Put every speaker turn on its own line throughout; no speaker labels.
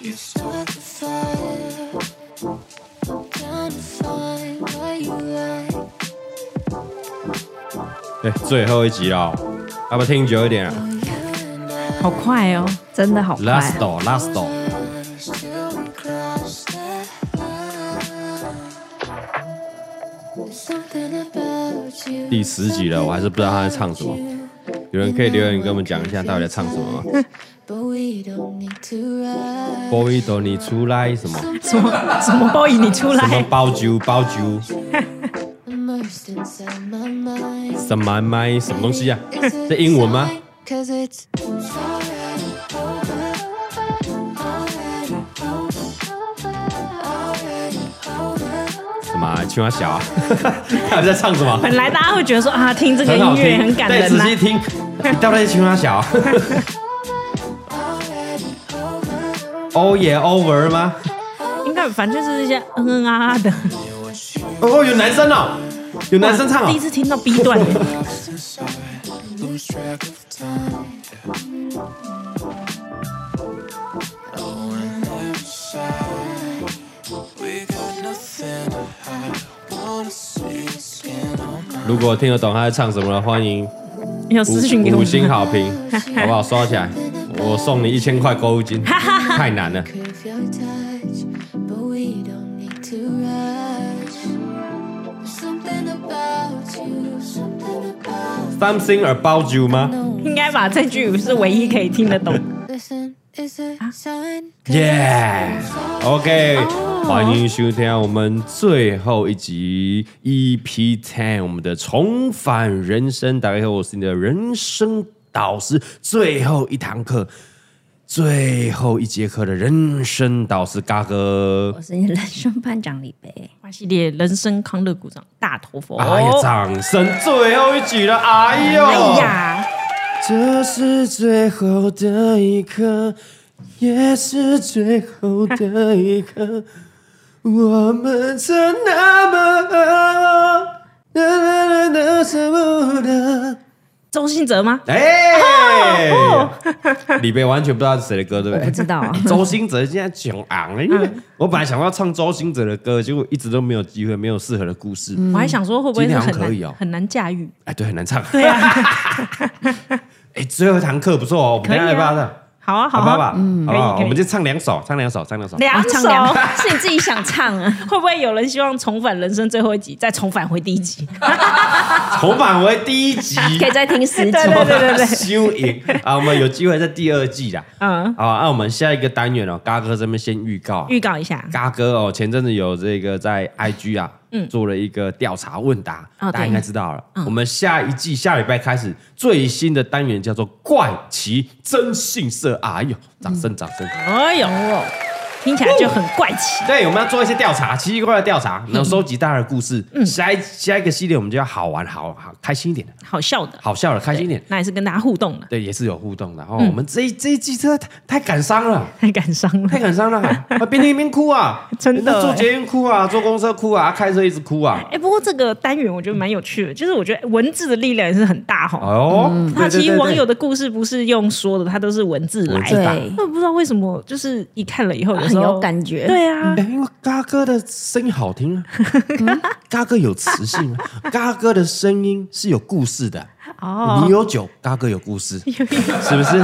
You start the fire. I'm gonna find what you like.
对，最后一集了，要不要听久一点啊
Oh, you and I
好快哦，真的好快、
？Last
啊。
o last o
rush till we cross that line. There's something about you.
第十集了，我还是不知道他在唱什么。有人可以留言跟我们讲一下到底在唱什么吗
But we don't need to rush.
？Boy do 你出来什么？
什么 什么 boy 你出
什么
来？
包酒包酒？
Immersed inside my mind.
什么麦什么东西啊？这英文吗？
Cause it's already over, already over, already over.
什么青蛙小啊？ 到底在唱什么？
本来大家会觉得说啊，听这个
很
音
好
乐很
听，
感
再
人啊
仔
呐、
细听，你到底在青蛙小啊
Already over,
？O 也？Oh over 吗？
应该反正就是一些嗯嗯啊啊的。
哦，有男生哦，有男生唱
第一
哦。
次听到 B 段耶，
lose track of time.
We got nothing to hide. Wanna see your skin on mine.
如果听得懂他在唱什么的，欢迎
要私讯给我
五
们
五星好评，好不好？刷起来，我送你一千块购物 金，太难了。
Crave your touch, but we don't need to rush. There's something about you, something about
Something about you 吗
no one.
应该吧？这句是唯一可以听 得懂。
Listen, is a sign.
？Yeah，OK，、欢
哦
迎收听我们最后一集 EP Ten，我们的重返人生。大家好，我是你的人生导师，最后一堂课。最后一节课的人生导师嘎哥
我，是你人生班长李贝，
花系列人生康乐鼓掌大头佛。
哎呀，掌声！最后一集了，哎呦，
哎呀，
这是最后的一刻，也是最后的一刻，我们曾那么爱，那那那什么的。
周信哲吗？
哎，李贝完全不知道是谁的歌，对不对？
不知道啊
周兴哲现在囧昂了，因为我本来想要唱周兴哲的歌，结果一直都没有机会，没有适合的故事。
我还想说会不会
嗯
是
今天
很
好像可以哦
难很难驾驭？
哎，对，很难唱。
对啊，
哎，最后一堂课不错哦，我们等一下
可以啊
来吧，
好啊，好
好
啊，
不好吧？好不好？
可以可以
我们就唱两首，唱两首，唱两首。
两
啊
首
唱两， 是你自己想 唱啊？
会不会有人希望重返人生最后一集，再重返回第一集？
重返回第一集，
可以再听十 集
对。对对 对对，
修影啊，我们有机会在第二季啦。
嗯，
好，啊那我们下一个单元哦，嘎哥这边先预告。
预告一下，
嘎哥哦，前阵子有这个在 IG 啊，做了一个调查问答，
嗯哦对
大家应该知道了。我们下一季下礼拜开始最新的单元叫做“怪奇征信社”，哎呦，掌声掌声！
哎呦，
哦
听起来就很怪奇。
对，我们要做一些调查，奇奇怪怪的调查，
嗯
然后收集大家的故事。下一下一个系列我们就要好玩、好好开心一点的，
好笑的，
好笑的，开心一点。
那也是跟大家互动了，
对，也是有互动的
嗯
哦。我们这一这一季真的太太感伤 了，
太感伤了
太。感伤了，啊边听一边哭啊，
真的
人家坐
欸
捷运哭啊，坐公车哭啊，开车一直哭啊。
哎、不过这个单元我觉得蛮有趣的，就是我觉得文字的力量也是很大哈。
哦，
嗯他其实网友
的
的故事不是用说的，他都是文字来
文字
的。
吧
对，
那不知道为什么，就是一看了以后，有
很
时候
有感觉。
对啊，
哎因为嘎哥的声音好听 啊，嘎哥有磁性啊，嘎哥的声音是有故事的。
哦
你有酒，嘎哥有故 事，是不是？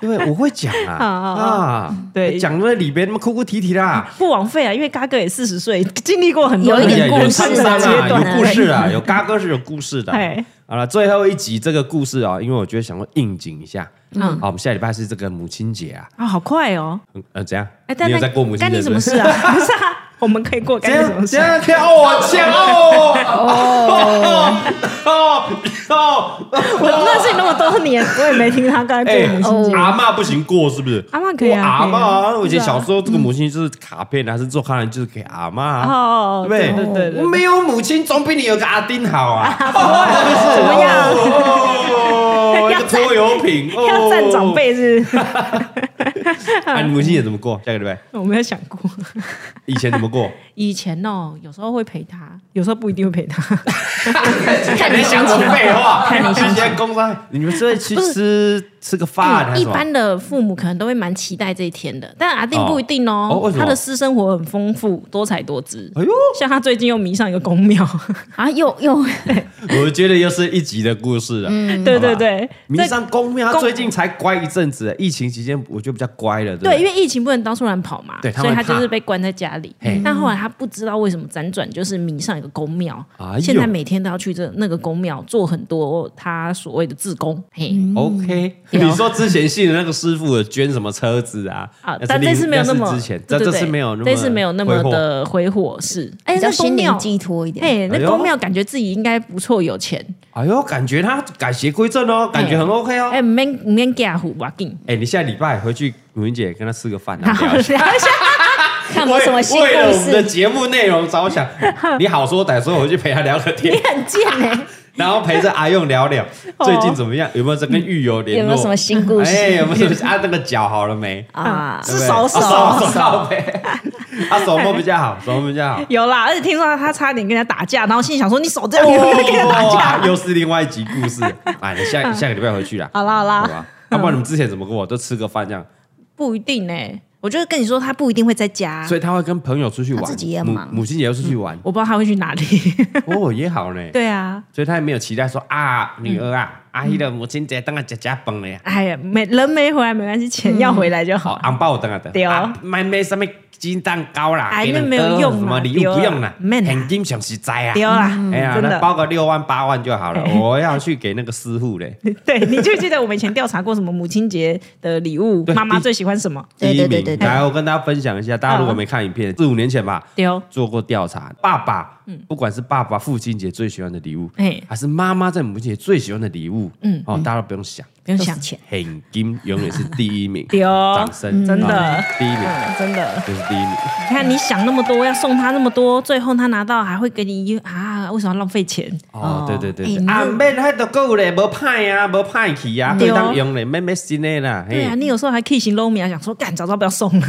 因为我会讲啊啊，
哦对
讲的里边那么哭哭啼啼啦，
不枉费啊，因为嘎哥也四十岁，经历过很多
有一
哎
点
呀
人
故
有
事
沧桑
的
啊，
阶段
有
啊
故事啊，有嘎哥是有故事的
哎。
好了，最后一集这个故事啊，因为我觉得想说应景一下。
嗯
好，我们下礼拜是这个母亲节啊，
啊，好快哦！
嗯呃，怎样？你
哎，但
有
那
在过母亲节？
干你什么事
是
啊？不是 啊， 我们可以过
不是？
干
怎
你什么
样？
事
怎
啊？
样？跳我枪哦！哦哦哦！
我认识你那么多年，我也没听他刚才过母亲节。
节
阿嬷不行过是不是？
阿嬷可以啊
我阿嬷
可
啊，我以前小时候这个母亲就是卡片还是做看人就是给阿嬷啊，
哦，
不对
对对对，
没有母亲总比你有个阿丁好啊。
怎么样？
哦，一个拖油瓶，哦
要赞长。辈是 不是？
啊，你母亲节怎么过？下个礼拜
我没有想过，
以前怎么过？
以前哦，有时候会陪他，有时候不一定会陪他。
啊看你想什么废话？看你现在工商，你们是会去吃吃个饭还是
一
什么？
般的父母可能都会蛮期待这一天的，但阿定不一定哦。
哦哦为什么
他的私生活很丰富，多彩多姿。
哎呦，
像他最近又迷上一个公庙，
啊，又又
我觉得又是一集的故事了。嗯，
对对对，
迷
在
上公庙，他
公
最近才乖一阵子，疫情期间我就比较乖了，对不
对，
对
因为疫情不能到处乱跑嘛，
对他
所
们
以他就
怕
是被关在家里
嘿。
但后来他不知道为什么辗转就是迷上一个公庙，
哎呦
现在每天都要去这那个公庙做很多他所谓的自工。嘿，
OK，
嗯有
你说之前信的那个师傅有捐什么车子啊？
啊
那，是
但
另
这次没有那么
是之前，这
对对
这
对
次没有那么，
这次没有那么。的挥霍是，哎
比较
那公
心
庙
灵寄托一点。
哎，
哎
那
呦
公庙感觉自己应该不错，有钱，
哎呦，感觉他改邪归正哦，感觉很 OK 哦。
哎，免免假虎吧劲，
哎，你下礼拜回去，母云姐跟他吃个饭啊，
然后
聊一下。
聊一 下，
看有没有什么新
为了我
故
们的
事？
节目内容着 想，你好说歹说，我去陪他聊个天
你，很贱哎，
然后陪着阿用聊聊
哦
最近怎么样，有没有在跟狱友联
有
络？
没有什么新故
哎，
事
有没有什么啊？那个脚好了没？
啊？
对不对
手
哦
手
手手靠 背，啊，手摸比较好，手摸比较好。
有啦，而且听说他差点跟人家打架，然后心里想说你手这样你
哦
会不会跟他 打
哇，
架？
又是另外一集故事。啊，你
嗯
下下个礼拜回去啦，
好啦好
啊
好吧？
啦，
啊要不然你们之前怎么跟我都吃个饭这样？
不一定哎，我就跟你说他不一定会在家，
所以他会跟朋友出去玩，
啊他自己也
母
忙嗯
母亲节要出去玩，
我不知道他会去哪里。
哦，也好呢。
对啊，
所以他也没有期待说啊，女儿啊，阿
嗯
姨的母亲节当然加加崩了呀，
哎呀，没人没回来没关系，
嗯
钱要回来就好。
红包等下的，
对哦
啊，买买什么金蛋糕啦，
啊
哎
给人
那没有
哥
用啦
什么礼
哦
物不用啦，
对啊免啦
现金上实在啊
对，啦，嗯
哎呀，
真
那
的，
包个六万八万就好了，我要去给那个师傅嘞，
对，你就记得我们以前调查过什么母亲节的 礼物，
对
妈妈
第
最喜欢什么？
第
对
一
对
名
对对。对
来，我跟大家分享一下，大家如果没看影片，四五年前吧，
丢，
做过调查，爸爸，不管是爸爸父亲节最喜欢的礼物
嘿，
还是妈妈在母亲节最喜欢的礼物，嗯，哦，大家都不用想，
不用想
都是钱，
很金永远是第一名，
对哦
掌声，
真的
啊第一名
嗯，真的。
就是第一名，
你看，你想那么多，要送他那么多，最后他拿到还会给你一啊？为什么要浪费钱？
哦
哦，
对对对
哎
对，
你
啊，免迄都够嘞，无歹啊，无歹去啊，
对
会
哦
当用嘞，免免新的啦，
对啊，
嘿，
你有时候还 K 型 low 米啊，想说干，早知道不要送了。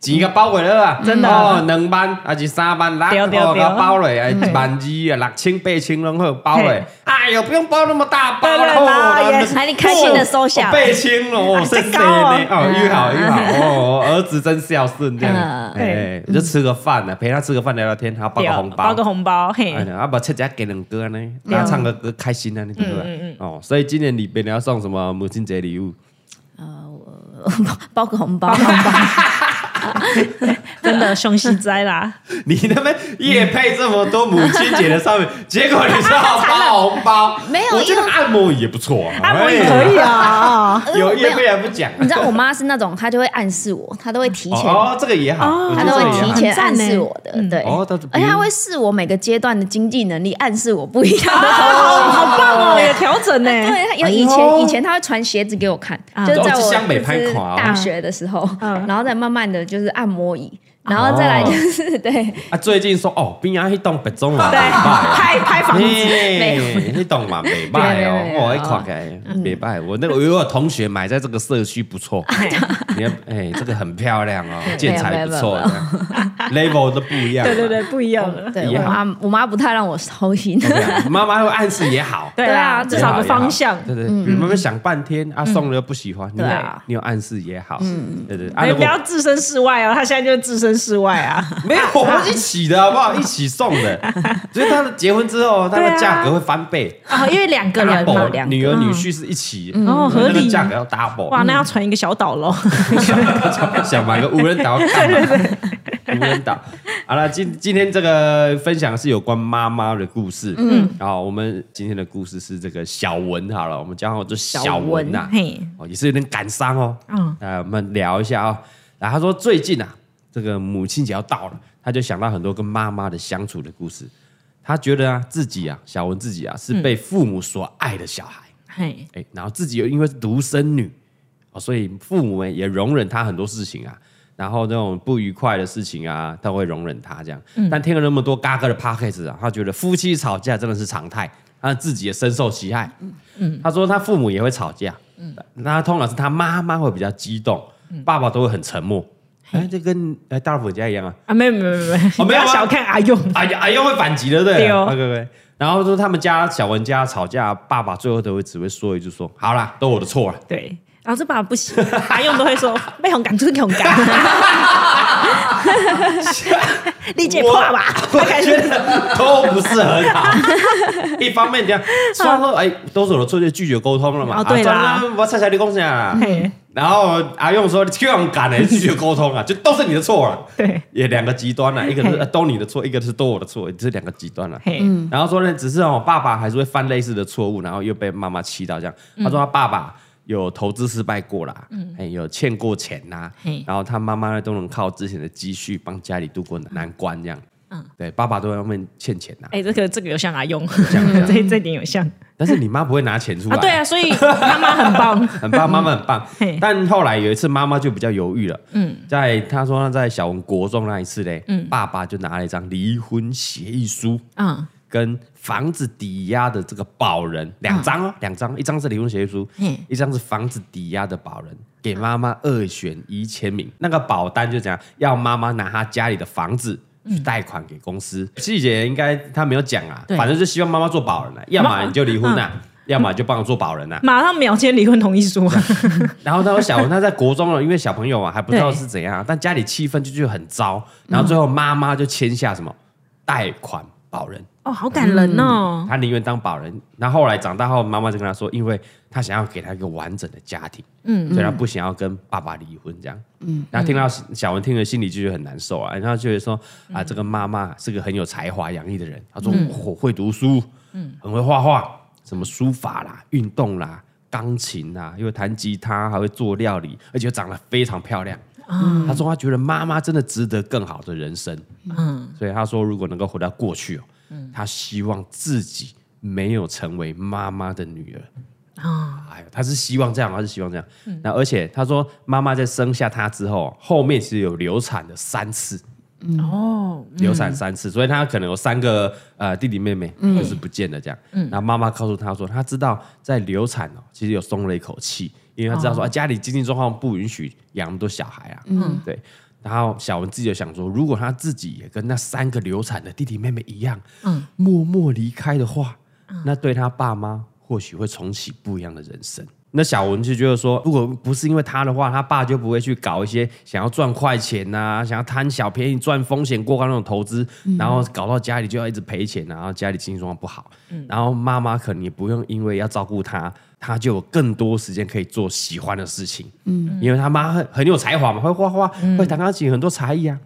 钱个包过了啊，
真的
哦，两万还是三万
对
六，
对
哦，
对嗯
个包嘞，哎，一万二啊，六千八千拢好包嘞
嘿，
哎呦，不用包那么大包
当然啦
哦
也
那
是
还你开心的收
哦
下
八千了哦，谢
最
谢
高哦
呢，哦，越好越好，哦，儿子真孝顺这样
嗯，
哎，就吃个饭呢，陪他吃个饭聊聊天，还要 包个红包，
啊包个红包，嘿
哎，呀，要把恰恰给人歌呢，大家唱个歌开心啊，你对不
嗯
对？哦，所以今年你别你要送什么母亲节礼物？
包个红包，红包
真的凶喜 灾啦！
你那边夜配这么多母亲节的商品，结果你说要包红包，
没有
我觉得
因为
按摩椅也不错啊，
按摩椅
哎
可以啊，
有夜配还不讲啊，
你知道我妈是那种，她就会暗示我，她都会提前，
哦，这个也好，
哦
我觉
她
得这个
都
也
会
好
提前暗示我的，对。
哦她是
而且她会视我每个阶段的经济能力，暗示我不一样的。
哦好棒哦，有调整呢。
对，有
哎呦
以前以前她会传鞋子给我看，
啊
就是在
哦这
我
湘北拍
就是
垮哦
大学的时候，
嗯
然后再慢慢的就是按摩椅，然后再来就是对，
啊，最近说哦，边啊那栋北中啊，
对，拍拍房子，
没有
嘿，你懂嘛？美拜
没有没有
哦，我一看起来美拜，我那个我有同学买在这个社区不 错，你看，哎，这个很漂亮哦，建材不错
没 有
，level 都不一样，啊
对对对，。不一样了。
对
也
我
好
妈我妈不太让我操心，
妈妈会暗示也好，
对啊，至少有
哎
个方向。嗯
对对，你们想半天啊，送了又不喜欢，你
对啊
你有暗示也好，对对，啊，
你
如
嗯哎不
果
要置身事外哦，他现在就是置身事外啊。
没有，我们一起的好不好？一起送的， 所以他的结婚之后，他
对
的
啊
价格会翻倍
啊，因为两个人嘛，
，double，
两个
女儿女婿是一起，
哦合
嗯那个
理
价格要嗯 double，
哇，那要传一个小岛喽。
想买个无人岛干嘛？无人岛。好了，今今天这个分享是有关妈妈的故事。嗯，好，我们今天的故事是这个小文。好了，我们叫做小文呐、
嘿，
哦，也是有点感伤哦。嗯
嗯，
那我们聊一下啊、然后他说最近啊，这个母亲节要到了，他就想到很多跟妈妈的相处的故事。他觉得啊，自己啊，小文自己啊，是被父母所爱的小孩。
嘿，
哎，然后自己又因为是独生女哦，所以父母们也容忍她很多事情啊，然后那种不愉快的事情啊，他会容忍她这样。但听了那么多嘎哥的 p o c k e t 啊，他觉得夫妻吵架真的是常态，他自己也深受其害。嗯，他说他父母也会吵架，嗯，那通常是他妈妈会比较激动，爸爸都会很沉默。哎，这跟哎大老婆家一样啊，
啊，没有没有没有，
哦
你不
没有
要
吗
小看阿用。
嗯哎呀哎呀会反击的，对
对
啊
哦
，OK，OK，然后说他们家小文家吵架，爸爸最后都会只会说一句说：“好啦，都我的错了。
对，然后这爸爸 不行，阿用都会说被红感就是被红感，理解破吧，
我觉得都不是很好。 一方面这样，虽然说哎，都是我的错，就拒绝沟通了嘛。
哦对啦
啊，我恰恰你讲啥啦？
嘿
然后阿用说：“你这样敢的拒绝沟通啊，就都是你的错了。”
对，
也两个极端了，一个是
嘿
呃都你的错，一个是都我的错，这两个极端了。啊
嘿，
然后说呢，只是哦，爸爸还是会犯类似的错误，然后又被妈妈气到这样。
嗯
他说他爸爸有投资失败过啦，哎，有欠过钱呐
嘿，
然后他妈妈呢都能靠之前的积蓄帮家里度过难关这样。嗯
嗯，
对，爸爸都在外面欠钱呐，
哎，这个这个有像阿用，
像像
这这点有像
但是你妈不会拿钱出
啊，
来。
对啊，所以妈妈 很棒，
很棒，妈妈很棒
嘿。
但后来有一次，妈妈就比较犹豫了。嗯，在她说她在小文国中那一次嘞，爸爸就拿了一张离婚协议书
嗯，
跟房子抵押的这个保人两张哦，两张，一张是离婚协议书
嗯嘿，
一张是房子抵押的保人，给妈妈二选一签名。那个保单就讲要妈妈拿她家里的房子。去贷款给公司，细节应该她没有讲啊，
嗯对嗯
反正就希望妈妈做保人啊，要么你就离婚啊，要么就帮我做保人啊。
马上秒签离婚同意书，
然后他说小文他在国中了，因为小朋友啊嘛还不知道是怎
嗯
样，但家里气氛就就很糟。然后最后妈妈就签下什么贷款保人，
哦，好感人哦，
他宁愿当保人。然后后来长大后，妈妈就跟他说，因为他想要给他一个完整的家庭，嗯，所以他不想要跟爸爸离婚这样。嗯，然后听到小文听了心里就觉得很难受啊，然后他就觉得说啊，这个妈妈是个很有才华洋溢的人，他说我会读书，嗯，很会画画，什么书法啦、运动啦、钢琴啦，又会弹吉他，还会做料理，而且长得非常漂亮。他说他觉得妈妈真的值得更好的人生。嗯，所以他说如果能够回到过去哦，他希望自己没有成为妈妈的女儿。啊，哎呦，他是希望这样，他是希望这样。那而且他说，妈妈在生下他之后，哦后面其实有流产的三次，嗯
哦，
流产三次，所以他可能有三个呃弟弟妹妹，就是不见了这样。然后妈妈告诉他说，他知道在流产哦，其实有松了一口气，因为他知道说、啊、家里经济状况不允许养那么多小孩啊，嗯，对。然后小文自己就想说，如果他自己也跟那三个流产的弟弟妹妹一样，嗯，默默离开的话，那对他爸妈或许会重启不一样的人生。那小文就觉得说，如果不是因为他的话，他爸就不会去搞一些想要赚快钱呐、想要贪小便宜、赚风险过高那种投资，然后搞到家里就要一直赔钱，啊然后家里经济状况不好，然后妈妈可能也不用因为要照顾他，他就有更多时间可以做喜欢的事情，嗯，因为他妈很很有才华嘛，会画画，会弹钢琴，很多才艺啊，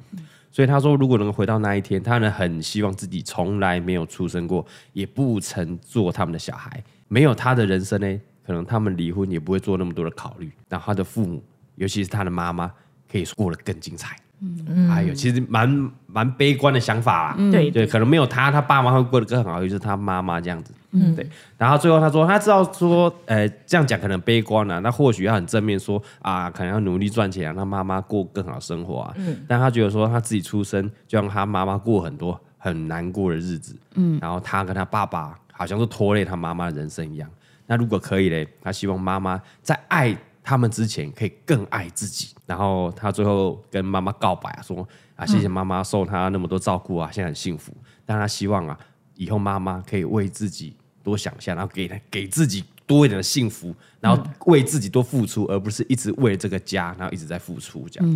所以他说，如果能够回到那一天，他呢很希望自己从来没有出生过，也不曾做他们的小孩。没有他的人生呢，可能他们离婚也不会做那么多的考虑。然后他的父母，尤其是他的妈妈，可以过得更精彩。嗯，哎呦，其实蛮蛮悲观的想法啦。啊
对
嗯对，可能没有他，他爸妈会过得更好，就是他妈妈这样子。嗯，对。然后最后他说，他知道说，呃，这样讲可能悲观了、啊那或许要很正面说啊，可能要努力赚钱、啊，让妈妈过更好的生活啊。但他觉得说他自己出生就让他妈妈过很多很难过的日子。嗯，然后他跟他爸爸好像是拖累他妈妈的人生一样。那如果可以嘞，他希望妈妈在爱他们之前可以更爱自己。然后他最后跟妈妈告白、啊、说：“啊，谢谢妈妈受他那么多照顾啊，现在很幸福。但他希望啊，以后妈妈可以为自己多想一下，然后给他给自己多一点的幸福，然后为自己多付出，而不是一直为了这个家，然后一直在付出这样。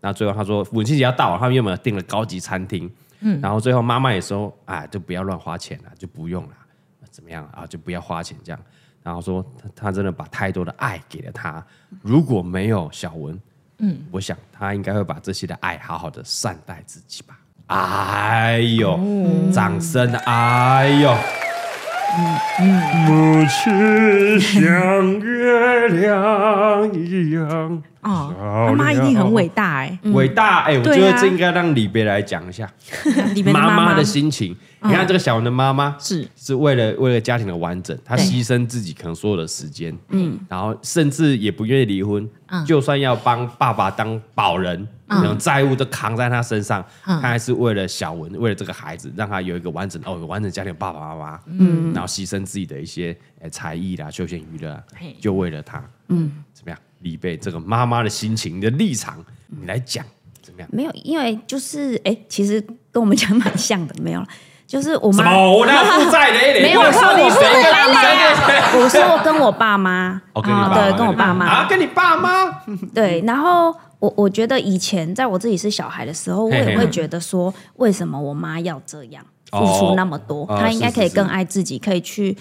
然后最后他说母亲节要到了，他们原本订了高级餐厅，然后最后妈妈也说啊，就不要乱花钱了，就不用了，怎么样啊，就不要花钱这样。然后说他他真的把太多的爱给了他，如果没有小文，嗯，我想他应该会把这些的爱好好的善待自己吧。哎呦，掌声！哎呦，母亲像月亮一样。
哦，他妈
啊
一定很伟大哎，
伟大哎、我觉
对啊
得这应该让李别来讲一下
里面
妈
妈
的心情。你看这个小文的妈妈
是
是为了为了家庭的完整，她
对
牺牲自己可能所有的时间，嗯，然后甚至也不愿意离婚，就算要帮爸爸当保人，可能债务都扛在她身上，她还是为了小文，为了这个孩子，让他有一个完整哦，有完整家庭的爸爸妈妈，嗯，然后牺牲自己的一些呃才艺啦、休闲娱乐啊
嘿，
就为了他，嗯，怎么样？李贝这个妈妈的心情、你的立场，你来讲怎么样？
没有，因为就是哎，其实跟我们讲蛮像的，没有了。
就是我
什
妈，
么？我那负债累累，
没有
我说
我
你
不是
谁
来来
我说跟我爸妈，
哦跟你
啊
爸妈
对，跟我爸妈，
啊，跟你爸妈，
对，然后我我觉得以前在我自己是小孩的时候，我
嘿嘿嘿
也会觉得说，为什么我妈要这样付
哦
出那么多？
啊
她应该
是
可以
是
更
是
爱自己，可以去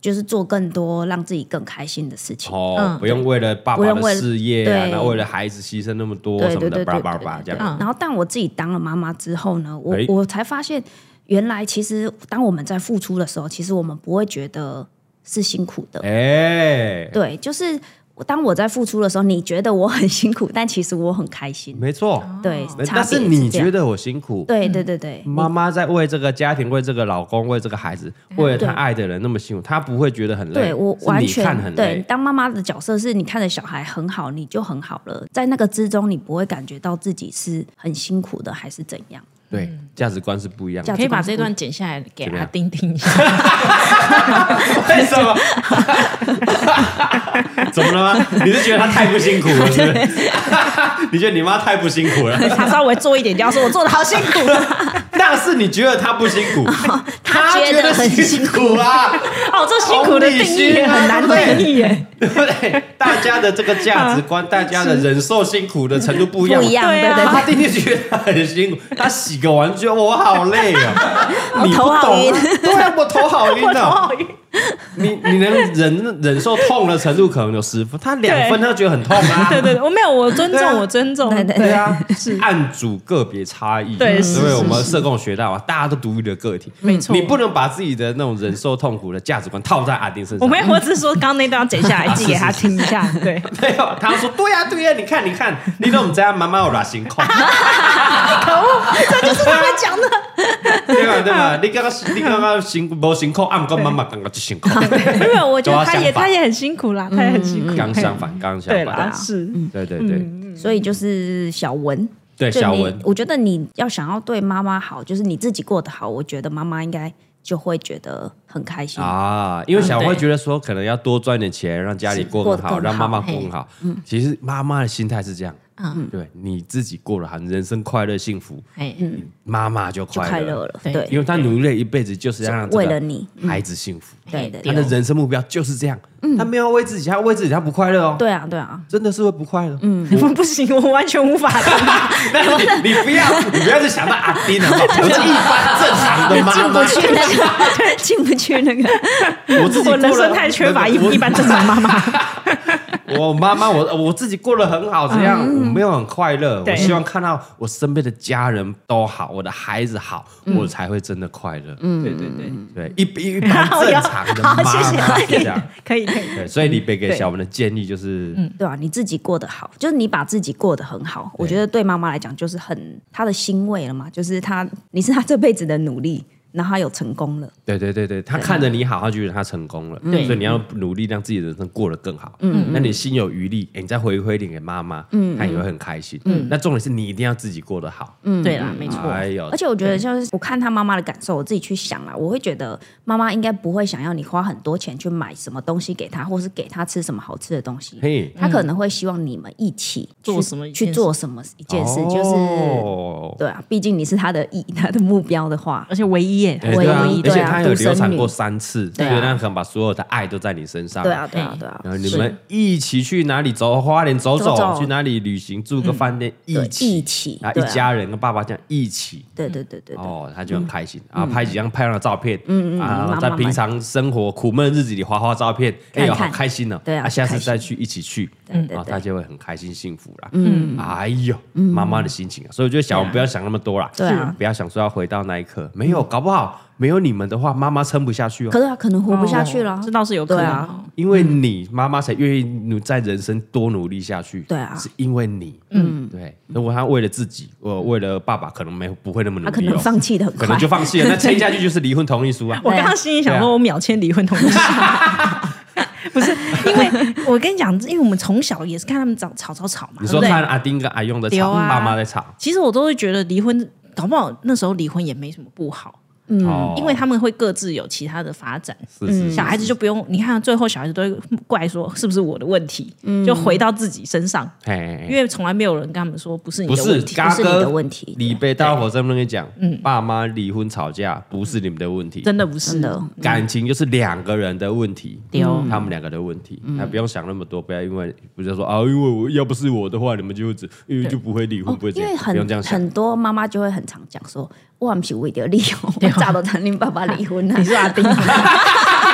就是做更多让自己更开心的事情。
哦，
嗯
不用为了爸
不
爸
用
的
为了
事业啊，
对
然后为了孩子牺牲那么多
对
什么
对
的，
对
叭
对
叭
对
叭
对嗯
这
对
样。
然后，但我自己当了妈妈之后呢，我
哎
我才发现，原来其实当我们在付出的时候，其实我们不会觉得是辛苦的。
哎，
对，就是当我在付出的时候，你觉得我很辛苦，但其实我很开心。
没错，
对，差
但
别
是你
这样
觉？得我辛苦，
对对对对，
妈妈在为这个家庭、为这个老公、为这个孩子、为了她爱的人那么辛苦，她不会觉得很累。
嗯对我
嗯是
完
你看
全
很
对
累。
当妈妈的角色是你看着小孩很好，你就很好了，在那个之中，你不会感觉到自己是很辛苦的，还是怎样？
对，价值观是不一样的
嗯价。
可以把
这
这
段
段剪下来给
怎么
阿
样
丁听一下。
为什 么？怎么了吗？你是觉得她太不辛苦了，是不是？ 你觉得你妈太不辛苦了？
他稍微做一点，就要说我做的好辛苦。
那是你觉得她不辛苦， 她
她觉
觉
得
得
很
辛苦啊。
哦，这辛苦的定义啊也很难定义耶。
对不对？大家的这个价值观，大家的忍受辛苦的程度不一样，
不一样，
对啊
对
他
对
一定觉得很辛苦，他洗个完就我好累啊，你不
头好
懂
晕，
对啊，我头好晕
我头
啊，
好晕。
你你能忍忍受痛的程度可能有十分，他两分他就觉得很痛啊，
对对对，我没有，我尊
对啊
重，我尊重。
对对
对啊，是按组个别差异，
对是
因为
是
我们社工有学到啊，大家都独立的个体，
没错
你不能把自己的那种忍受痛苦的价值观套在阿丁身上，
我没有，我只是说刚刚那段要剪下来，寄给他听一下。 对，
没有，他说对呀、对呀、啊你看你看，你怎么这样？妈妈有哪辛苦？可恶，这就是他们讲的。对吧？对吧？你刚刚你刚刚辛苦不辛苦？啊，不过妈妈刚刚就辛苦，
因
啊
为啊我觉得他也
都要相反
他也很辛苦啦，他也很辛苦。
刚相反，刚相
对啦，嗯
反，
是
对对对
对，所以就是小文。
对，
就
小
你
文，
我觉得你要想要对妈妈好，就是你自己过得好，我觉得妈妈应该就会觉得很开心。
啊，因为小
嗯
慧
对
觉得说可能要多赚点钱，让家里过
过
更
得
好，
更
让妈妈
好
过更好。其实妈妈的心态是这样，嗯，对，你自己过得好，你人生快乐幸福，
哎，
妈妈就
就
快
快乐
乐
了，
对
对
因为她努力了一辈子就是要让这
为
个
了你嗯
孩子幸福，
对对
他
对
的人生目标就是这样，他没有为自己，他为自己他不快乐哦，
对啊对啊，
真的是会不快乐。嗯，
你们不行，我完全无法。
但是 你你不要你不要去想到阿丁了，我是一般正常的
进
妈
不
妈，
去那个，进不 去那个，
我自己过
我人
得
生太缺乏一
我
一般正常妈妈。
我妈妈，我我自己过得很好，怎样？我没有很快乐。
对
我希望看到我身边的家人都好，我的孩子好，我才会真的快乐。嗯，
对对对，
对，一比一般
好
正
有
常的妈
好，谢
妈
谢，
是
可
这
以
样。
可以可以。
对，所以李贝给
对
小文的建议就是，
对啊，你自己过得好，就是你把自己过得很好，我觉得对妈妈来讲就是很她的欣慰了嘛，就是她你是她这辈子的努力，然后她有成功了，
对对对对，他看着你好，他觉得他成功了，所以你要努力让自己的人生过得更好。嗯，那你心有余力，哎，你再回馈一点给妈妈，嗯，她也会很开心。嗯，那重点是你一定要自己过得好。嗯，
对啊啦，没
哎呦
而，且我觉得就是我看她妈妈的感受，我自己去想啊，我会觉得妈妈应该不会想要你花很多钱去买什么东西给她，或是给她吃什么好吃的东西，
嘿，
她可能会希望你们一起去
嗯做什么一件
去
事
做什么一件事，就是
哦
对啊，毕竟你是她的意，她的目标的话，
而且唯一耶，
哎
我
对
也
啊，
同意
而且
对啊
他有
独生
流产
女
过三次，所以
啊
他可能把所有的爱都在你身上。
对啊，对啊，对啊，
然后你
是
们一起去哪里走？花莲走走，
走走
去哪里旅行？住个饭店，一
对
起
一起
啊，一
对啊
家人跟爸爸这样一起。
对对对对嗯对。
哦，他就很开心啊，拍几张漂亮的照片，嗯嗯啊，在
慢慢
平常生活苦闷的日子里划划照片，哎
看
呦，
看
好开心哦！
对啊
下次
开心
再去一起去，
对
啊，
对
他就会很开心幸福啦。嗯，哎呦，妈妈的心情啊，所以我觉得小王不要想那么多啦，
嗯对啊嗯
不要想说要回到那一刻，没有，搞不好没有你们的话，妈妈撑不下去
可
哦，
是他可能活不下去了啊，
这倒是有可能
对
哦
啊。
因为你妈妈才愿意努在人生多努力下去，
对啊
是因为你，嗯，对，如果他为了自己，我为了爸爸，可能没有不会那么努
他
力，哦
可能放。弃的很
可
快，
能就放弃 了，那签下去就是离婚同意书啊。
我刚刚心里想说，我秒签离婚同意书。 不是，因 为我跟你讲，因为我们从小也是看他们吵吵吵吵嘛，
你说
对不
看啊
对？
阿丁跟阿用在
对
吵，
啊
爸妈在吵，
其实我都会觉得离婚，搞不好那时候离婚也没什么不好，
哦
嗯
嗯
因为嗯他们会各自有其他的发展。
是是
小孩子就不用，你看最后小孩子都会怪说是不是我的问题，
嗯
就回到自己身上，
哎哎
因为从来没有人跟他们说不是你
不
的问
是
题。嗯
嘎
不是你
哥
的问题
李贝大伙在不跟你讲，爸妈离婚吵架不是你们的问题，
真的不是
真的，
感情就是两个人的问题，
对哦
他们两个的问题，
嗯
还不用想那么多，不要因为不是说啊，因为我要不是我的话，你们就只因为就不会离婚，不会这
因
哦
为
样，不用这样
很
想。
很多妈妈就会很常讲说，我唔是为了你 哦，
啊
我早都谈你爸爸离婚了。你是阿丁，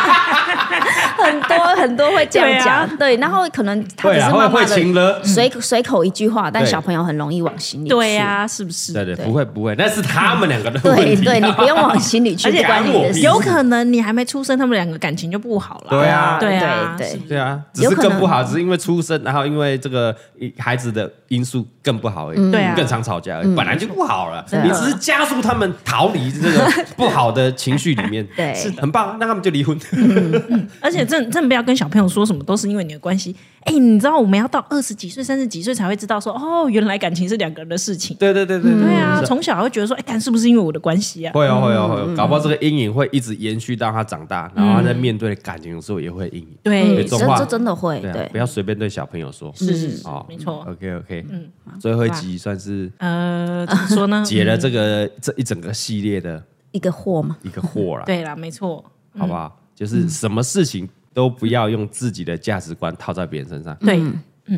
很多很多会这样讲，对，然后可能他只
对
是
啊，会
妈妈
会情
的
了。
随随口一句话，但
对
小朋友很容易往心里去。
对呀、是不是？
对啊对，不会不会，那是他们两个的问
对
题。
对，你不用往心里 去，
而且
不关你
关我
的
屁
事。
事
有可能你还没出生，他们两个感情就不好了。
对啊
对啊，
对
是
对
不是
对啊，只是更不好，只是因为出生，然后因为这个孩子的因素更不好而已，
对啊
更常吵架而已，本来就不好了，
真的
你只是加速他们逃离这个不好的情绪里面，
对是的
很棒啊，那他们就离婚。
而且真真的不要跟小朋友说什么都是因为你的关系。哎，你知道我们要到二十几岁、三十几岁才会知道说，哦，原来感情是两个人的事情。
对对对对
对
对
啊，从小会觉得说，哎，但是不是因为我的关系啊？
会哦，会哦，会哦，搞不好这个阴影会一直延续到他长大，然后他在面对感情的时候也会有阴影。
嗯
没
对
错，
这
中华
这真的会
哎对啊
对，
不要随便对小朋友说。
是是是
哦，
没错。
OK OK，嗯，最后一集算是
呃，怎么说 呢？
解了这个这一整个系列的
一个货嘛，
一个惑 了，
对啦，没错，
好不好？就是什么事情都不要用自己的价值观套在别人身上，
对，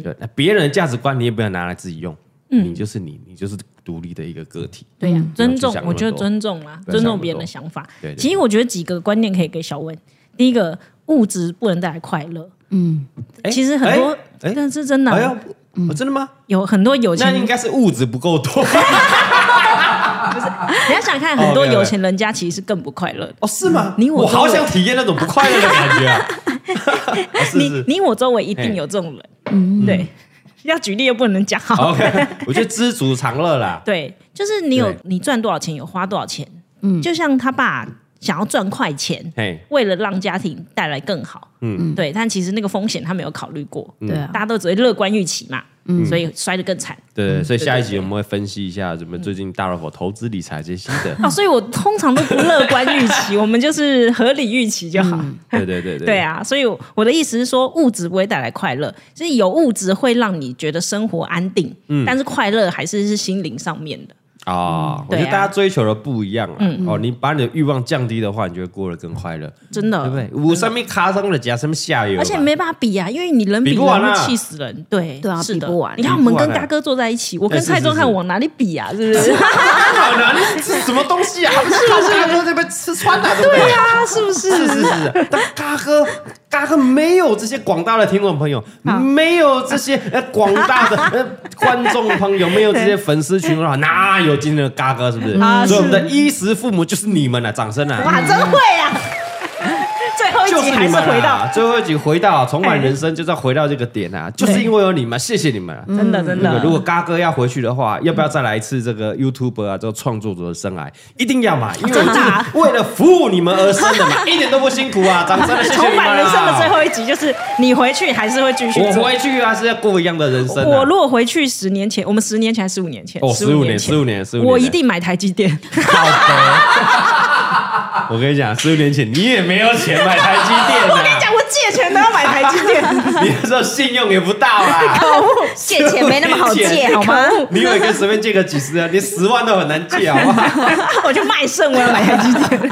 对，那别人的价值观你也不要拿来自己用，你就是你，你就是独立的一个个体。
对
嗯
呀、尊重
不要去想那，么
我觉得
多
尊重啦，
不要
尊
想那么
重别人
多
的想法。
对对
其实我觉得几个观念可以给小温。第一个，物质不能带来快乐，
哎
其实很多，
哎，哎
但是真的啊、
哎呦，哦真的吗？
有很多有钱
那
人
应，该是物质不够多
你要想看，很多有钱人家其实是更不快乐的。
哦，是吗？
你我
我好
都有
想体验那种不快乐的感觉 啊！哦是
你
是嗯
你我周围一定
嘿
有这种人，对，要举例又不能讲好，
，OK，我觉得知足常乐啦。
对，就是你有
对
你赚多少钱，有花多少钱，嗯，就像他爸想要赚快钱，
嘿，
为了让家庭带来更好，嗯，对，但其实那个风险他没有考虑过，
嗯
对啊
大，家都只会乐观预期嘛，嗯，所以摔得更惨。
嗯对，所以下一集我们会分析一下怎么最近大老婆投资理财这些新 的。
哦，所以我通常都不乐观预 期，我们就是合理预期就好。
对对对
对，啊，所以我的意思是说，物质不会带来快乐，就是有物质会让你觉得生活安定，
嗯
但是快乐还是是心灵上面的。
啊，我觉
对
得
啊嗯
大家追求的不一样啊。哦，你把你的欲望降低的话，你就会过得更快乐，
真的，
对不对？我上面卡上了夹，上面下游，
呃而且没办法比啊，因为你人
比不
人
完啊
会气死人。对，
对啊
是的
比不完
你看我们
比不完
跟
啊
嘎哥坐在一起，我跟
哎是
蔡宗
是
翰
哎是
往哪里比啊？是不是？
好难，这啊是什么东西 啊？不是，大哥这边吃穿的，对呀。
啊，是不是？
是是是，但嘎哥嘎哥没有这些广大的听众朋友，没有这些呃广大的呃观众朋友，没有这些粉丝群的话，哪有今天的嘎哥是不是？
啊
所以我们
是
的衣食父母就是你们了，掌声啊！
哇， 真会啊！最后
就
一集
是你
还是
们
回到
啊！最后一集回到重返人生，就是要回到这个点啊！就是因为有你们，谢谢你们啊。
真的嗯真
那个
的，
如 果嘎哥要回去的话，要不要再来一次这个 YouTube 啊，这个创作者的生涯？一定要嘛，因为
真的啊
这是为了服务你们而生的嘛，一点都不辛苦啊！掌声 谢谢
重
你们啊！
返人生的最后一集就是你回去还是会继续
我
做。
回去啊是要过一样的人生、啊。
我如果回去十年前，我们十年前还是十五年前？
哦
五
15年
前，
15年15年
我一定买台积电。
靠北 我跟你讲，十五年前你也没有钱买台积电、啊，
我跟你讲，我借钱都要买台积电，
你那时候信用也不到 啦。
哦
借钱没那么好 借好吗？
你以为跟随便借个几十啊，连十万都很难借，好不好
我就卖肾，我要买台 积电。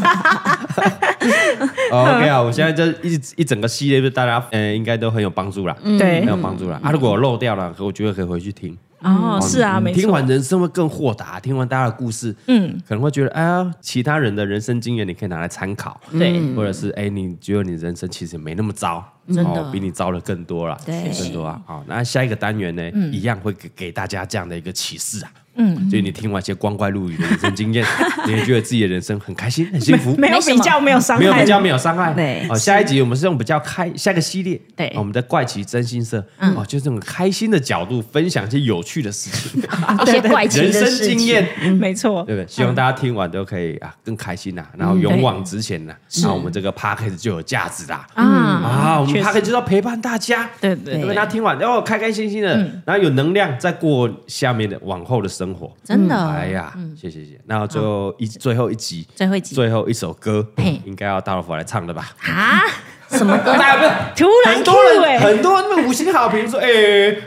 哦？OK 啊，我现在这一一整个系列，对大家呃应该都很有帮助啦，嗯，
对
很有帮助啦。啊，如果我漏掉了，可我觉得可以回去听。
哦，是啊，
你嗯
没
听
错。
完人生会更豁达，听完大家的故事，嗯，可能会觉得，哎呀，其他人的人生经验你可以拿来参考，
对
或者是哎，你觉得你人生其实没那么糟，
真的
哦比你糟的更多了，
对
更多啊。好，那下一个单元呢，
嗯
一样会给给大家这样的一个启示啊。嗯，就你听完一些光怪陆离的人生经 验，你也觉得自己的人生很开心、很幸福，
没有
没什
比
么
较，没有伤害，
没有比较，没有伤害。
对
哦，下一集我们是用比较开，下个系列，
对嗯
哦我们的怪奇真心社，哦，就是用开心的角度分享一些有趣的事 情，
一 些怪奇
人
的
生
事
经
情。
验，
嗯没错。
对不对？希望大家听完都可以啊
嗯
啊，更开心呐，然后勇往直前呐，那我们这个 p a c a s t 就有价值啦。
啊，
啊，我们们
确实
p a 就是要陪伴大家，
对对嗯
对，
对
大家听完，然后开开心心的，然后有能量再过下面的往后的生活。
真的，
哎呀，谢谢谢。那最后一最后一集，
最后一集
最后一首歌
嘿，
应该要大老虎来唱的吧？
啊，
什么歌？
大家
突
哎
然
很多
cue
人
欸
很多人那么五星好评说，哎、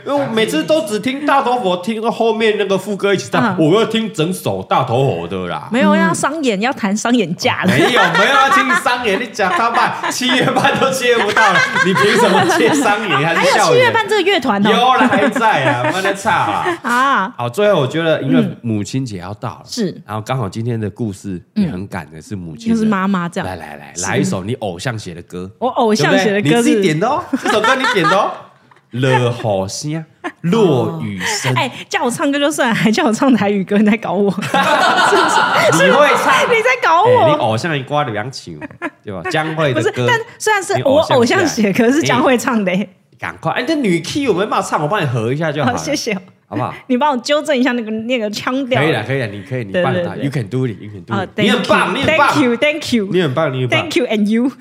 我每次都只听大头佛，听到后面那个副歌一起唱，
嗯
我要听整首大头佛的啦。
没有要商演，要谈商演价的
没。有没有要听商演，你讲他 半七月半都接不到了，你凭什么接商演还
还
是
有
校
七月
园？
半这个乐团哦，
有了还在啊，妈的差啊！
啊，
好，最后我觉得因为母亲节要到了，
嗯是嗯
然后刚好今天的故事也很感人，是母亲，
就是妈妈这
来
样，
来来，来一首你偶像写的歌，
哦我偶像写的
对不对
歌
你自己
是。
点的哦，这首歌你点的 哦，《了好声》落雨声，
哎、叫我唱歌就算，还叫我唱台语歌，你在搞我，是不哎是？哦
你会唱？
你在搞
哎你
我，
偶像一刮两球，对吧？江蕙
不
的
是？
歌，
但虽然是
你
我
偶像
偶像
起来哎
写，可是江蕙唱的、欸。
赶快！哎，这女 key 我没办法唱，我帮你合一下就好
好，
了，
谢，谢，
好不好？
你帮我纠正一下那个那个腔调。
可以了，可以了，你可以，你
对
办得
对
到
对
，You can do it, You can do
啊
it，你很棒，你很棒
，Thank，you，Thank
你很棒，你很棒
you，Thank。you，and you。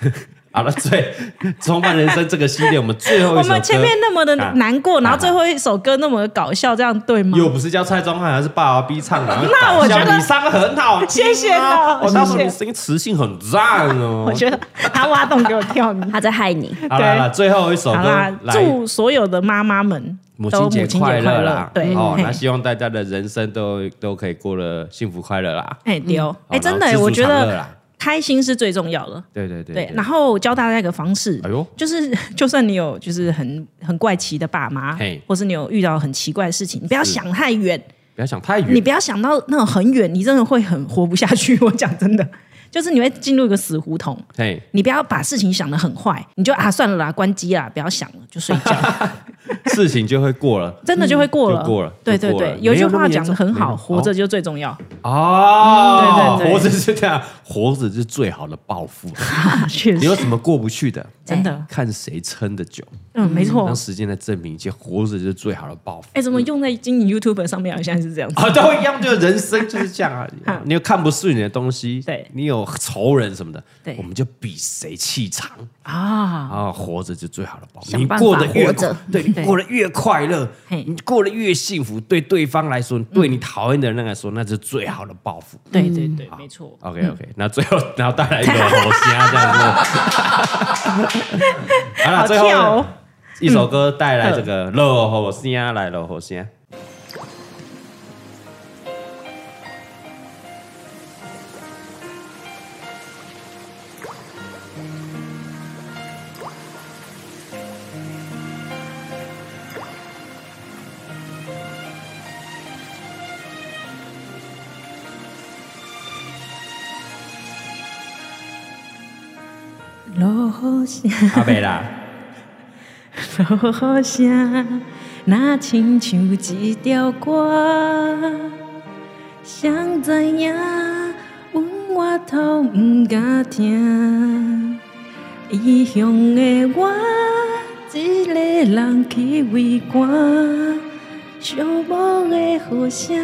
好了，最重返人生这个系列，我们最后一首歌，
我们前面那么的
啊
难过，然后
啊
最后一首歌那么的搞笑，这样对吗？
又不是叫蔡宗翰，还是爸爸逼唱的。
那我觉得
像你唱的很好听、啊，
谢谢啦
我当时
谢谢
你声音磁性很赞哦。
我觉得他挖洞给我 跳，你
他在害你。
好了，好了，最后一首
好啦
歌，来。
祝所有的妈妈们
母
都
亲节快乐啦！
对，
哦，
嘿
那希望大家的人生都都可以过得幸福快乐啦。
哎丢
好
哎，真
嗯
的
哦然后
欸，
知足
我觉
常乐
得
啦
开心是最重要的。
对对对
对，然后教大家一个方式
哎呦，
就是 就算你有就是很很怪奇的爸妈
嘿，
或是你有遇到很奇怪的事情，你不要
是
想太远，
不要想太
你
远，
不要想到那种很远，你真的会很活不下去。 我讲真的，就是你会进入一个死胡同。
嘿，
你不要把事情想得很坏，你就啊算了啦，关机啦，不要想了，就睡觉，
事情就会过 了
真的就会过了。
就过了
对
就
对
过了
对，有一
没
句
有那么
话
严
讲的
重
很
没有
好，活着
哦
就最重 要。
哦
嗯对对对
活着是这样，活着是最好的报 复。
确
你有，什么过不去的？
真的，
看谁撑得久。
哎嗯，没错
让。时间来证明一切，活着就是最好的报复。
哎，怎么用在经营 YouTube 上面好像是这样子？
啊，都一样，就是人生就是这样啊
哈。
你有看不顺眼的东西，
对
你有仇人什么的，
对
我们就比谁气长
啊，
啊，活着就最好的报复。
想
你
办法
过得越
活着
对你过得越快乐，
嘿嗯
你过得越幸福，对对方来说，对你讨厌的人来说，那是最好的报复。
对对对，
嗯
没错。
OK OK，那最后然后带来一个火虾这样子， 好了，
好
啊最后
跳哦嗯
呢一首歌带来这个落火虾来落火虾。
落下，
阿贝啦，
落下，那亲像一条歌，谁知影阮外头毋敢听，异乡的我一个人去为寒，寂寞的雨声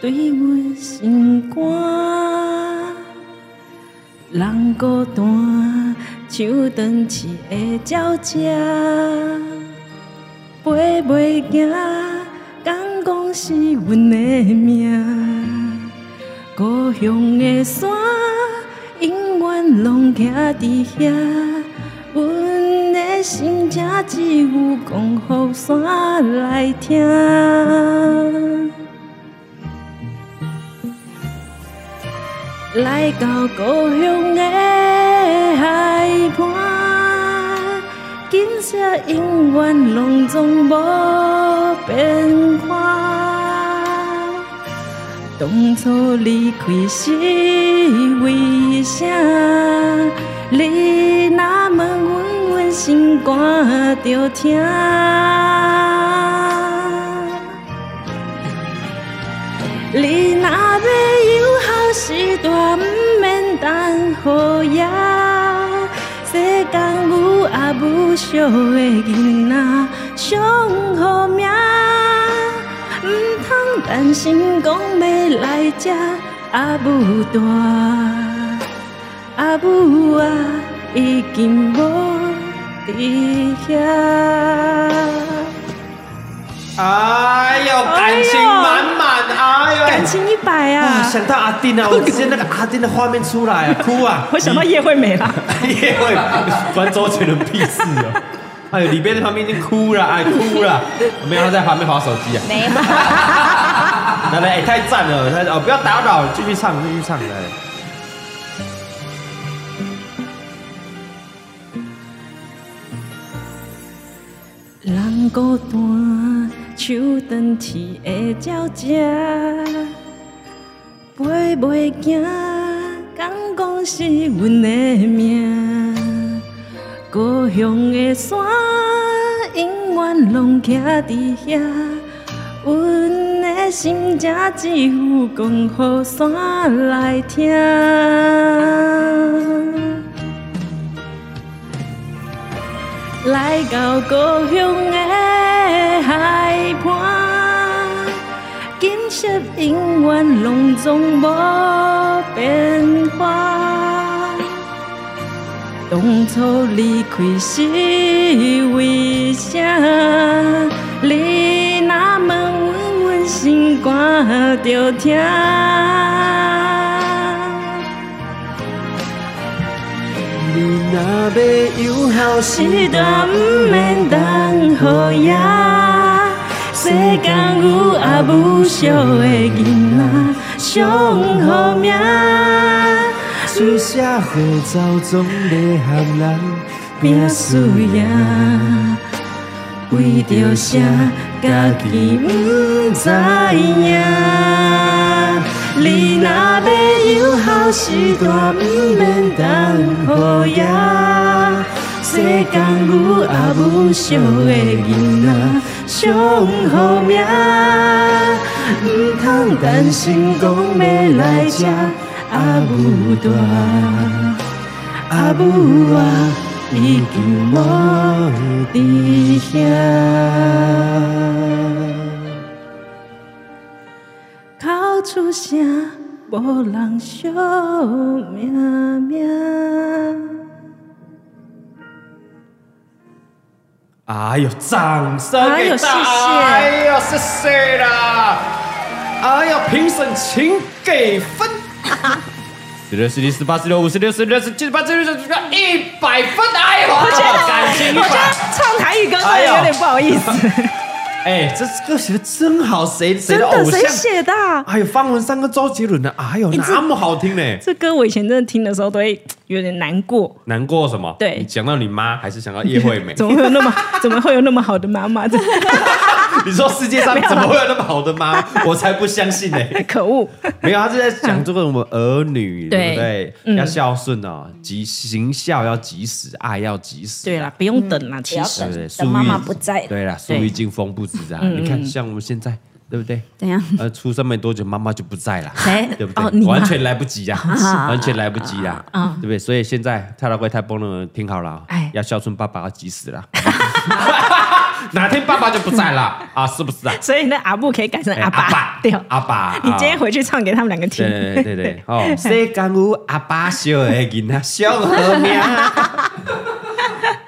对阮心肝。人孤单，手长饲的鸟只，飞袂行，敢讲是阮的命。故乡的山，永远拢徛伫遐，阮的心情只有讲雨伞来听。来到故乡的海畔，景色永远拢总无变化。当初离开是为啥？你若问阮，阮心肝着疼。你若要有好时段，毋免等好夜。世间有阿母惜的囡仔，上好命，毋通担心讲要来遮阿母大，阿母啊已经无伫遐。
哎呦，感情满满，哎呦，
感情一百
啊，
啊！
想到阿丁啊，我直接那个阿丁的画面出来、啊，哭啊！
我想到叶惠美啦，
也会关周杰伦屁事啊！哎呦，李贝在旁边已经哭了，哎哭了，没有他在旁边划手机啊！
没有，
来来，哎太赞了，太哦不要打扰，继续唱，继续唱，来来。
人孤单，手长天的鸟只，飞袂行，敢讲是阮的命。故乡的山，永远拢徛伫遐。阮的心情只有讲雨伞来听。来到故乡的海畔，景色永远拢总无变化。当初离开是为啥？你若问阮，阮心肝着疼。
你若要有好
时段不免当好夜，世间有阿母惜的囡仔上好命。
水写河走总在喊人
拼输赢，为着啥家己不知影。啊你若要有好时段，不免等好夜。世间有阿母惜的囡仔上好命，毋通等成功要来吃阿母大。阿母啊，已经无伫遐，哭出声，无人惜命命。
哎呦，掌声
哎呦
给大
谢谢
哎呦，谢谢啦！哎呦，评审请给 分。十六、十七、十八、十六、五十六、十六、十七、十八、十六、十七、一百分！哎呦，我觉得感情一
我觉得
百。
唱台语刚才有点不好意思，
哎，这歌写的真好，谁谁
真
偶
的谁
像？
写的啊、
哎呦，方文山跟周杰伦的，哎呦，那么好听呢！
这歌我以前真的听的时候都会有点难过，
难过什么？
对
你想到你妈，还是想到叶惠美？
怎么会有那么怎么会有那么好的妈妈？真的
你说世 界上怎么会有那么好的妈？我才不相信呢！
可恶！
没有，他是在讲这个我们儿女，对
对
不对？
嗯
要孝顺哦，及行孝要及时，爱要及时。
对啦，不用等啦，其
不要
实
等
对不对？
等妈妈不在嗯
对啦，树
对
欲静风不止啊！你看，像我们现在，对不对？
怎样
呃，出生没多久，妈妈就不在了，
谁
对不
哦你
对？
妈
完全来不及呀，
啊
完全来不及呀，对不对？所以现在太老怪太崩了，听好了啊
哎，
要孝顺爸爸，要及时啦。
哎
哪天爸爸就不在了啊？是不是啊？
所以那阿布可以改成
哎
阿爸，对哦，
阿爸，
你今天
啊
回去唱给他们两个听。
对对对对，哦，世间有阿爸小的囡仔小好 命。啊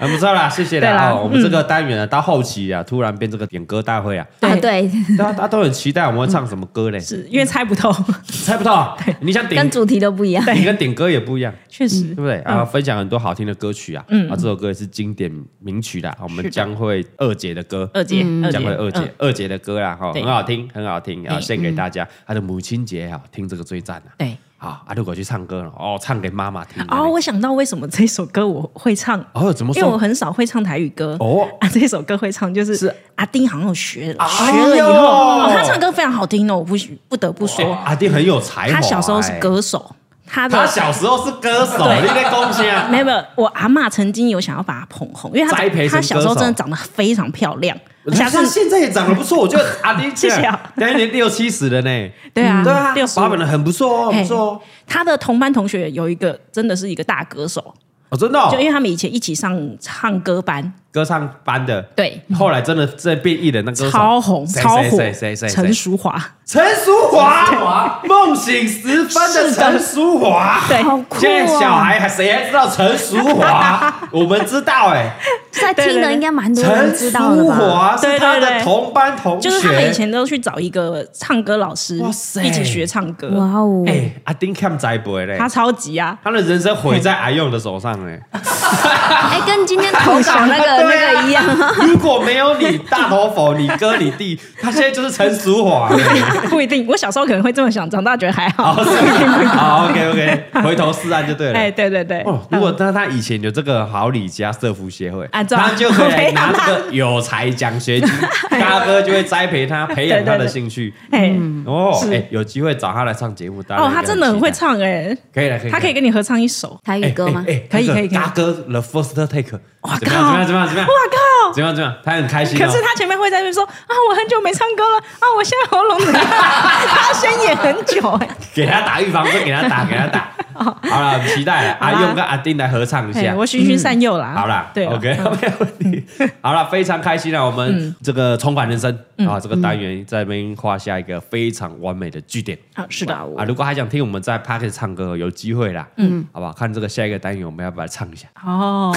很不错啦，谢谢
对
啦！
啦
哦，我们这个单元啊，到后期啊，突然变这个点歌大会啊，
啊
对
对，
大家大家都很期待我们会唱什么歌嘞？
是因为猜不透，
猜不到，你想点
跟主题都不一样。
你跟点歌也不一样，
确实
对不对啊？分享很多好听的歌曲啊，啊，这首歌也是经典名曲啦，我们将会二姐的歌，
二姐，二姐，
将会二姐
嗯
二姐的歌啦，哈，
对
很好听，很好听啊，
嗯
献给大家。她的母亲节啊，听这个最赞啊。
对。
好啊，如果去唱歌了，哦，唱给妈妈听。
哦，我想到为什么这首歌我会唱，
哦，怎么
因为我
说？
很少会唱台语歌。
哦
啊，这首歌会唱，就是
是
阿丁好像有学了，
哎
学
呦
了以后，哦他唱歌非常好听哦，我不不得不说，
阿弟哦很有才华。
他小时候是
哎，
歌手，他的
他小时候是歌手，
对
你在恭喜啊？
没有，没有，我阿嬷曾经有想要把她捧红，因为她
栽培成
她小时候
歌手
真的长得非常漂亮，
但
加上
是现在也长得不错，我觉得阿弟
谢谢啊
当年六七十了呢。
对啊
对啊，
65
保本的很不错哦，
嘿
不错哦
她的同班同学有一个真的是一个大歌手，
哦，真的哦
就因为他们以前一起上唱歌班，
歌唱班的，
对，
后来真的这变艺人，那歌手
超红
谁
超
谁
火，
谁谁谁
陈
谁
淑华，
陈淑华，梦醒时分的陈淑华，
对，
好酷
现在小
哦！
孩还谁还知道陈淑 华？我们知道哎、
在听的应该蛮多人
陈
知
淑
道的吧？
华是他
对对
的
对
同班同学，
就是他们以前都去找一个唱歌老师
哇塞
一起学唱歌，
哇哦！
哎、阿丁 cam 栽培嘞
他，超级啊，
他的人生毁在阿用的手上嘞、
哎，跟今天投稿那个
对啊
那个一样，
如果没有你大头佛，你哥你弟， 他现在就是陈淑华、 欸。
不一定。我小时候可能会这么想，长大觉得还好。
好，是 好，OK OK，回头是岸就哦对了。
哎，对对对
哦，，如果那他以前有这个好礼家社福协会，
啊对啊
他就 可以拿这个有才奖学金，大哥就会栽培他，培养他的兴趣。
哎，
哦，
是
哎，有机会找他来上节目，大家
哦，
应该
他真的很会
期待，
唱哎，
可以了，可以，
他可以跟你合唱一首。
台
哎
语歌吗？
哎哎
可以
那个
可以可以
大哥 The First Take，
哇
怎么样？怎么
靠
样？怎么样？怎么样
哇？靠！
怎么样？怎么样？他很开心哦。
可是他前面会在那边说啊，我很久没唱歌了啊，我现在喉咙 怎么样？他先演很久哎，
给他打预防针，给他打，给他 打。好了，很期待了阿
好啦
用跟阿丁来合唱一
哎
下。
我循循善诱啦。
嗯好啦，
对啦啊嗯
，OK，没有问 题。好啦，非常开心啊，我们这个重返人生
嗯
啊，这个单元在那边画下一个非常完美的句点
啊，是的，
啊。如果还想听我们在 p a r k 唱歌，有机会啦，嗯，好不好？看这个下一个单元，我们要不要来唱一下？
哦，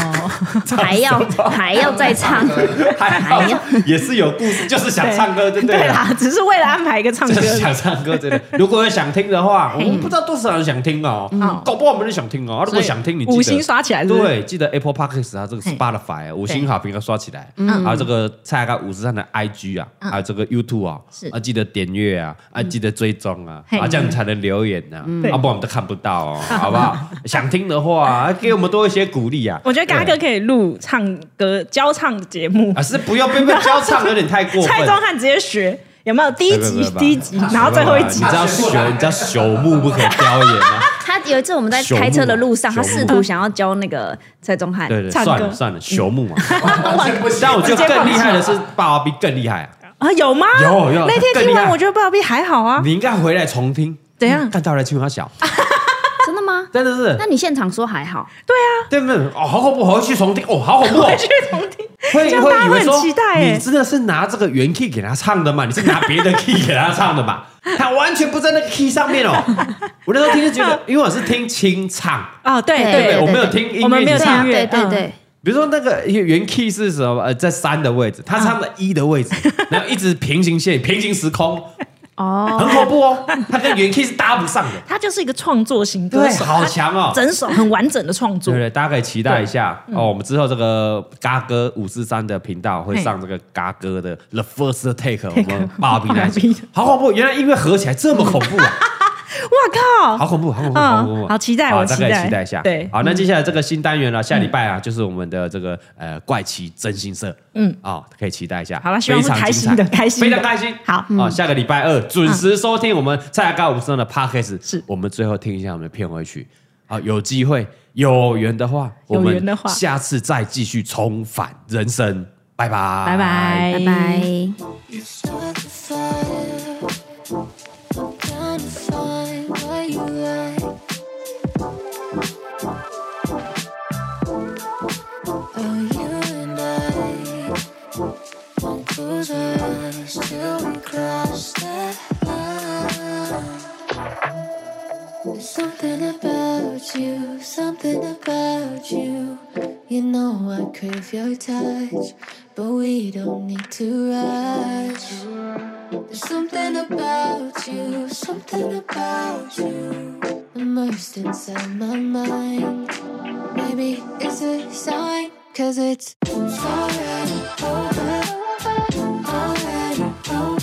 还要还要再唱，
还
还要
好， 也是有故事，就是想唱歌，对不
哎对啊
对了？
啦，只是为了安排一个唱歌嗯
就是啊想唱 歌，真 的。如果有想听的话，我们不知道多少人想听哦，搞不好没人想听哦。啊如果想听，你记得
五星刷起来是不是
对，记得 Apple Podcast 啊，这个 Spotify 五星好评要刷起来，
嗯
啊，这个蔡阿五十三的 IG 啊，啊，这个 YouTube 啊，啊，记得点阅啊，
嗯
啊，记得追踪啊，啊，这样才能留言呐，啊，不然我们都看不到哦，好不 好？想听的话啊，给我们多一些鼓励啊。
我觉得嘎
对
哥可以录唱歌教唱节目
啊，，是不要被被教唱，有点太 过
蔡
分
宗。翰直接学有没有？第一
不
集
不不不
第一集，然后最后一集
你知道朽，你知道朽木不可雕也吗？
他有一次我们在开车的路上，
朽木
他
啊
试图想要教那个蔡宗翰，
对对，
唱
算
歌嗯
了算了，朽木 嘛。
完全不行
但我觉得更厉害的是霸王臂更厉害啊！
啊有吗？
有有
那天
更
听
厉
完
害
我觉得鲍比还好啊，
你应该回来重听，嗯
怎样啊
看到来去他小，
真的吗？
真的是
那，你现场说还好，
对啊，
对不对？哦，好恐怖，好去重听，哦，好恐怖哦，
回去重听，
会
这样大
会
家
以
会
为
很
说
期待欸
你真的是拿这个原 key 给他唱的嘛？你是拿别的 key 给他唱的嘛？他完全不在那个 key 上 面哦。我那时候听就觉得，因为我是听清唱，
哦对
对
对不对？
对
我没有听音
我们没
乐
有
你
听
唱
音乐
对对
嗯
对，
比如说那个原 key 是什么？呃，在三的位置，他唱的一的位置，然后一直平行线、平行时空，
哦，
很恐怖啊哦。他跟原 key 是搭不上的，
他就是一个创作型歌
对，
手，
好强哦。
整首很完整的创
对
作
不，对？大家可以期待一下哦。我们之后这个嘎哥五四三的频道会上这个嘎哥的 The First Take，我 们爆比那一集，好恐怖！原来音乐合起来这么恐怖啊！好
哇靠，
恐怖，好恐怖，
嗯
好恐怖！
好期待
好
我
大
期
概
待
期待一下。
对
好，那接下来这个新单元了，下礼拜啊，就是我们的这个呃怪奇真心社，嗯，啊，可以期待一下。
好了希望
非常
是开
精
心的
彩
开心的
非常开心。
好嗯
啊，下个礼拜二准时收听我们蔡雅高五生的 podcast。
嗯是
我们最后听一下我们的片尾曲。好，有机会有缘的话，我
有
们
缘的话
下次再继续重返人生。拜拜，
拜。拜
嗯拜拜。
You
Start the fire. I'm trying to find what you like. Oh, you and I won't close our eyes till we cross that line. There's something about you, something about you. You know I crave your touch, but we don't need to rush. There's something about you, something about you. Immersed inside my mind. Maybe it's a sign, cause it's already over. Already over.